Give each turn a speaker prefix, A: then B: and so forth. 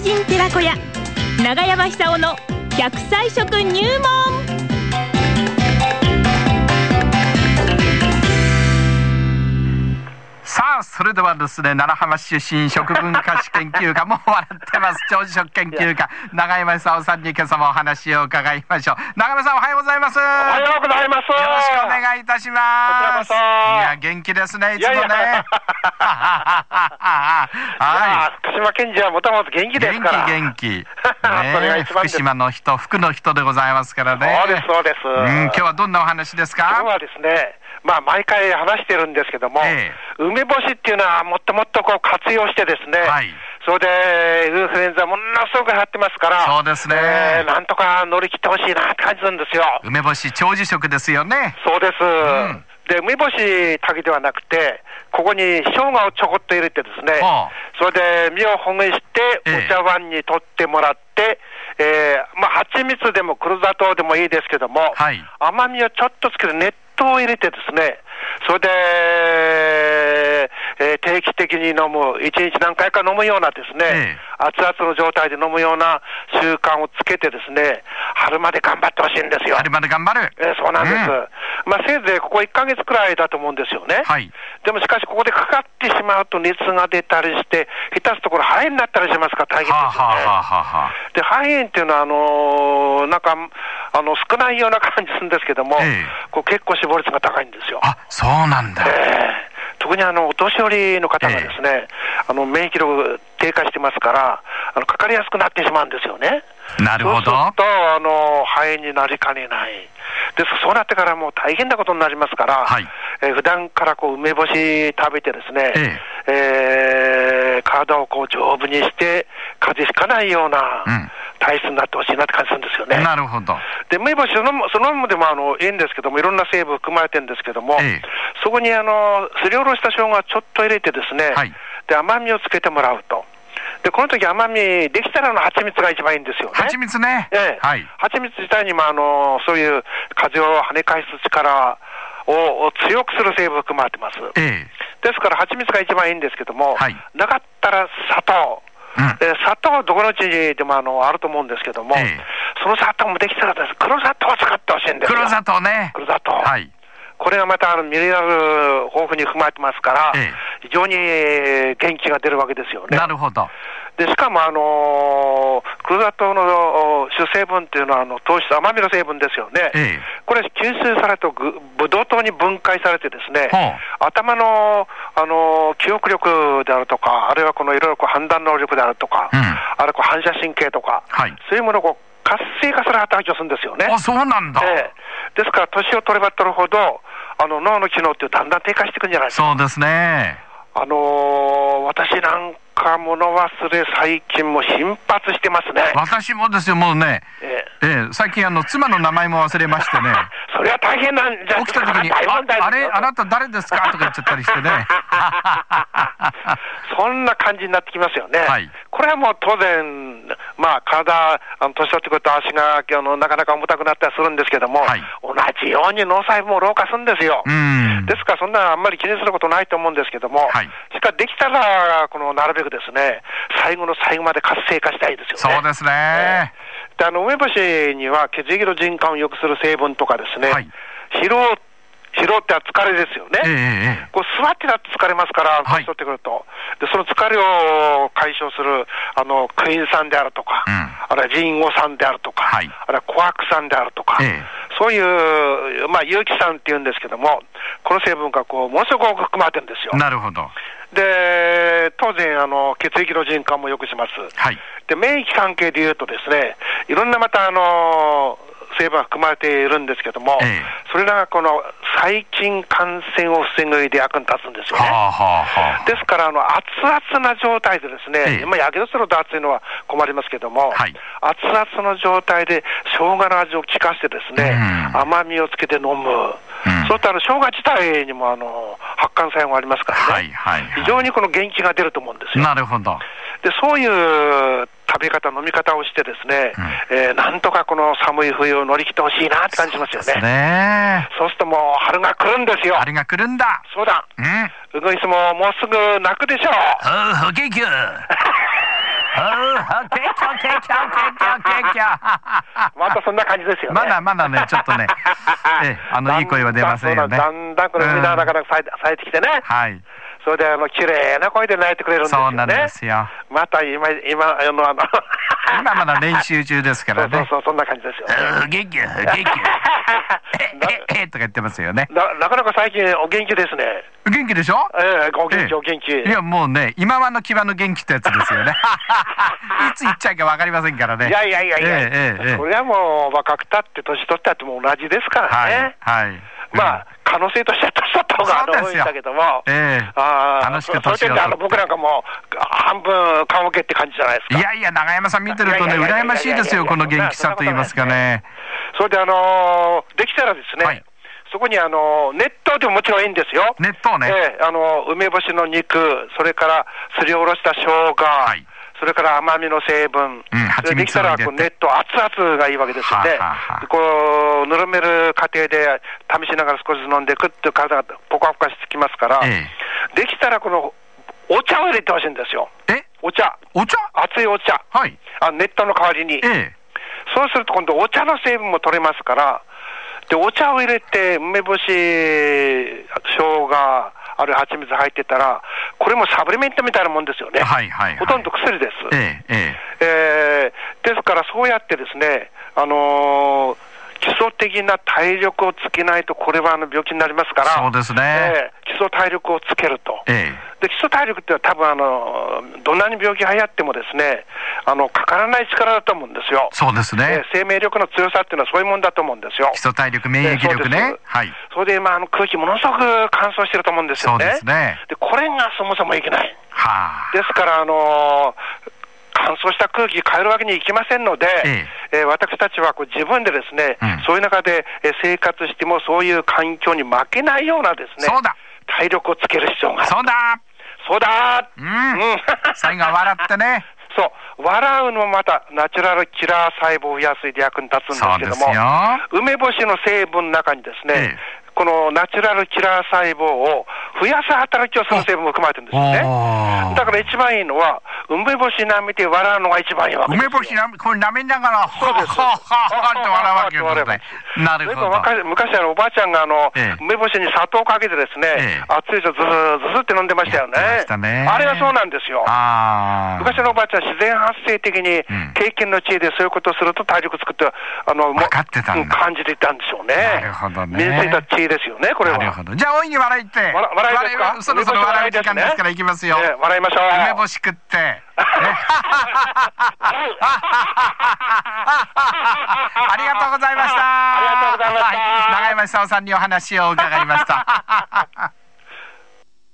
A: 屋長山久夫の100歳食入門
B: さあそれではですね奈良浜市出身食文化史研 究家もう笑ってます長寿食研究家長山久夫さんに今朝もお話を伺いましょう長山さんおはようございますお
C: おはようございます。
B: よろしくお願いいたしま
C: こ
B: す。
C: ちらこそ
B: いや、元気ですね、いつもね。
C: いや いや
B: はい
C: やー福島県人はもともと元気
B: い。
C: です
B: 元
C: から。
B: 気元 気。ね
C: それが一番
B: 福
C: です
B: 島の人、福の人でございますからね。
C: そうですそうです
B: ん、今日はどんなお話です
C: 今日
B: か。
C: はですね、まあ毎回話してるんですけども、
B: ええ
C: 梅干しっていうのはもっともっとこう活用してですね、
B: はい
C: それでインフルエンザものすごく流行ってますから、
B: そうですね
C: えーなんとか乗り切ってほしいなって感じなんですよ。
B: 梅干し長寿食ですよね。
C: そうです。
B: ん
C: で、梅干しだけではなくて、ここに生姜をちょこっと入れてですね、
B: はあ
C: それで身をほぐして、
B: ええ
C: お茶碗に取ってもらって、えーまあ、蜂蜜でも黒砂糖でもいいですけども、
B: はい
C: 甘みをちょっとつけて熱湯を入れてですね、それで、えー定期的に飲む、一日何回か飲むようなです
B: ええ
C: ね、熱々の状態で飲むような習慣をつけてですね、春まで頑張ってほしいんですよ。
B: あれまで頑張る。
C: えーそうなんです、
B: うん
C: まあ、せいぜいここ1か月くらいだと思うんですよね、
B: はい
C: でもしかし、ここでかかってしまうと熱が出たりして、下手すところ、肺炎になったりしますから、大変ですよね。
B: はあ、はあはあはあはあ。
C: で肺炎っていうのは、あのーなんかあの少ないような感じするんですけども、
B: ええ
C: こう結構死亡率が高いんですよ。
B: あ、そうなんだ。
C: ええ特にあのお年寄りの方がですね、あの免疫力低下してますから、あのかかりやすくなってしまうんですよね。
B: なるほど
C: そうするとあの肺炎になりかねない。ですそうなってからもう大変なことになりますから、
B: はい
C: えー普段からこう梅干し食べてですね、
B: え
C: えー体をこう丈夫にして風邪ひかないような
B: うん
C: 体質になってほしいなって感じするんですよね。
B: なるほど。
C: で梅干しそのもそのままでもあのいいんですけども、いろんな成分含まれてるんですけども、
B: ええ
C: そこにあのすりおろした生姜をちょっと入れてですね、
B: はい
C: で甘みをつけてもらうと。でこの時甘みできたらの蜂蜜が一番いいんですよね。
B: 蜂蜜ね。
C: ええ、
B: はい。
C: 蜂蜜自体にもあのそういう風を跳ね返す力を強くする成分含まれてます。
B: ええ。
C: ですから、蜂蜜が一番いいんですけども、
B: はい
C: なかったら砂糖、
B: うん
C: えー砂糖はどこのうちでもあのあると思うんですけども、
B: ええ
C: その砂糖もできたらです、黒砂糖を使ってほしいんですよ。
B: 黒砂糖ね。
C: 黒砂糖
B: はい。
C: これがまたあのミネラル豊富に含まれてますから、
B: え
C: 非常にえー元気が出るわけですよね。
B: なるほど。
C: でしかも、あのー黒砂糖のお主成分っていうのはあの糖質、甘みの成分ですよね、
B: ええ
C: これ、吸収されるとぐブドウ糖に分解されて、ですね
B: ほう
C: 頭の、あのー記憶力であるとか、あるいはこのいろいろこう判断能力であるとか、
B: うん
C: あるいはこう反射神経とか、
B: はい
C: そういうものをこう活性化する働きをするんですよね。
B: あ、そうなんだ。
C: ええですから、年を取れば取るほど、あの脳の機能ってだんだん低下していくんじゃないですか。
B: そうですね。
C: あのー私なんか物忘れ最近も頻発してますね。
B: 私もですよ、もうね、
C: ええ
B: ええ、最近あの妻の名前も忘れま してね、
C: それは大変なんじゃない
B: 起きた時に、あ
C: 大問題
B: あれ、あな
C: た
B: た誰ですかとか言っちゃったりしてね。
C: そんな感じになってきますよね。
B: はい
C: これはもう当然、まあ、体、あの年取ってくると足があのなかなか重たくなったりするんですけども、
B: はい
C: 同じように脳細胞も老化するんですよ。
B: うん
C: で。すから、そんなあんまり気にすることないと思うんですけども、
B: はい
C: しかしできたら、このなるべくですね、最後の最後まで活性化したいです
B: そ
C: よね。
B: うですね。
C: であの梅干しには血液の循環を良くする成分とかですね、
B: はい
C: 疲労、疲労っては疲れですよ
B: ええ
C: ね。
B: ええ
C: こう座ってだと疲れますから、
B: はい
C: 年取ってくると、でその疲れを解消するあのクイーン酸であるとか、
B: うん
C: あるいはリンゴ酸であるとか、
B: はい
C: あるいはコアク酸であるとか、
B: ええ
C: そういう、まあ、有機酸っていうんですけども、この成分がこうものすごく多く含まれてるんですよ。
B: なるほど。
C: で当然あの、血液の循環も良くします。
B: はい。
C: で免疫関係でいうとですね、いろんなまたあの成分が含まれているんですけども、
B: ええ
C: それらがこの細菌感染を防ぐ上で役に立つんですよ
B: は
C: ね。
B: あはあはあ。
C: ですからあの、熱々な状態で、です
B: え
C: ね、
B: え
C: 今、やけどすると熱いのは困りますけども、
B: はい
C: 熱々の状態で生姜の味を効かせて、ですね、
B: うん
C: 甘みをつけて飲
B: う
C: む、
B: ん
C: そうするとあの生姜自体にもあの発汗作用がありますからね、
B: はいはいはい
C: 非常にこの元気が出ると思うんですよ。
B: なるほど。
C: でそういう食べ方、飲み方をして、ですね、えーなんとかこの寒い冬を乗り切ってほしいなって感じますよね。そう
B: ねえ。
C: するともう春が来るんですよ
B: あ。れが来るんだ。
C: そうだ、
B: うん。
C: うぐいすももうすぐ泣くでしょう。
B: おう、保健局。あーけきょけきょけきょけきょ
C: またそんな感じですよね。
B: まだまだね、ちょっとね、ええあのいい声は出ませんよね。
C: だんだんこの海の中から咲いて咲いてきてね。
B: はい、
C: それであの綺麗な声で泣いてくれるんです
B: そ
C: よ
B: うなん
C: ね
B: で。すよ。
C: また今今あのあの
B: 今まだ練習中ですから
C: そう
B: ね。
C: そうそうそんな感じですよ。
B: うん元気よ元気よ
C: な
B: えええとか言ってますよね。
C: ななかなか最近お元気ですね。
B: 元気でしょ
C: ええご元
B: ええ
C: 気お元気。
B: いやもうね今はの際の元気ってやつですよね いつ行っちゃうか分かりませんからね
C: いやいやいやいや、
B: ええええええ
C: それはもう若くたって年取ったっても同じですから
B: はい
C: ね。
B: はい
C: まあ、可能性としては年取った方が多いんだけども。
B: うんええ
C: ああ
B: 楽しく
C: そそ
B: 年
C: れ
B: を
C: であ
B: 取
C: の
B: っ
C: 僕なんかもう半分顔向けって感じじゃないですか。
B: いやいや永山さん見てるとね
C: いやいやいやいや
B: 羨ましいですよこの元気さと言いますかね
C: それであのーできたらですね、
B: はい
C: そこにあのー熱湯でももちろんいいんですよ。
B: 熱湯ね
C: ええあのー梅干しの肉、それからすりおろした生姜、
B: い
C: それから甘みの成分、
B: うん
C: それできたら
B: 蜂蜜
C: こ
B: を
C: う
B: 入れ
C: 熱湯熱々がいいわけですんで、
B: はあはあはあ
C: こうぬるめる過程で試しながら少し飲んでくって体がポカポカしてきますから、
B: え
C: できたらこのお茶を入れてほしいんですよ。
B: え
C: お茶、
B: お茶
C: 熱いお茶、
B: はい
C: あ熱湯の代わりに。
B: ええ
C: そうすると今度お茶の成分も取れますから、で、お茶を入れて、梅干し、生姜、あるいは蜂蜜入ってたら、これもサプリメントみたいなもんですよね。
B: はいはいはい
C: ほとんど薬です。
B: ええええ
C: えーですからそうやってですね、あのー基礎的な体力をつけないと、これはあの病気になりますから、
B: そうですね
C: えー基礎体力をつけると。
B: ええ
C: で基礎体力ってのは多分あのどんなに病気が流行ってもですねあのかからない力だと思うんですよ。
B: そうです
C: えー
B: ね
C: 生命力の強さっていうのはそういうもんだと思うんですよ
B: 基。礎体力免疫力
C: ええそう
B: ね
C: です
B: はい
C: それで今、あの空気ものすごく乾燥してると思うんです
B: そ
C: よ
B: う
C: ね。
B: ですね
C: でこれがそもそもいけない。
B: はあ
C: ですから、あのー乾燥した空気変えるわけにいきませんので、
B: え
C: えー私たちはこう自分でですね、
B: うん
C: そういう中でえー生活してもそういう環境に負けないようなですね、
B: そうだ
C: 体力をつける必要がある。
B: そうだ
C: そうだー
B: うん
C: うん
B: 最後は笑ってね
C: そう、笑うのもまたナチュラルキラー細胞を増やすで役に立つんです
B: そう
C: け
B: で
C: ど
B: す
C: も、
B: よ
C: 梅干しの成分の中にですね、
B: ええ
C: このナチュラルキラー細胞を増やす働きをする成分も含まれてるんですよね。
B: おー
C: だから一番いいのは、梅干し舐めて笑うのが一番いいわけです
B: 梅
C: よ。
B: 干しなこれ舐めながら、ほ
C: そう
B: は
C: です
B: はははって笑うわけですね。な る
C: そういえ
B: ほ
C: ば
B: ど。
C: 若い昔あのおばあちゃんがあの、
B: ええ
C: 梅干しに砂糖かけてです
B: ええ
C: ね、熱いとずーずーって飲んでましたよね。
B: やってましたね
C: あれはそうなんですよ。
B: ああ。
C: 昔のおばあちゃん、自然発生的に
B: ん
C: 経験の知恵でそういうことをすると体力作って、あの、も
B: わかってたんだ
C: うん感じていたんでしょうね。
B: なるほどね
C: 身についた知恵ですよね、これは。
B: なるほど。じゃあ、大いに笑いって。
C: わら笑いですか
B: 笑そろそろ笑う時間ですから、いきますよ。
C: ね笑いましょう。
B: 梅 干し食って。ねありがとうございました。
C: ありがとうございまし
B: は
C: た
B: 長山久夫さんにお話を伺いました。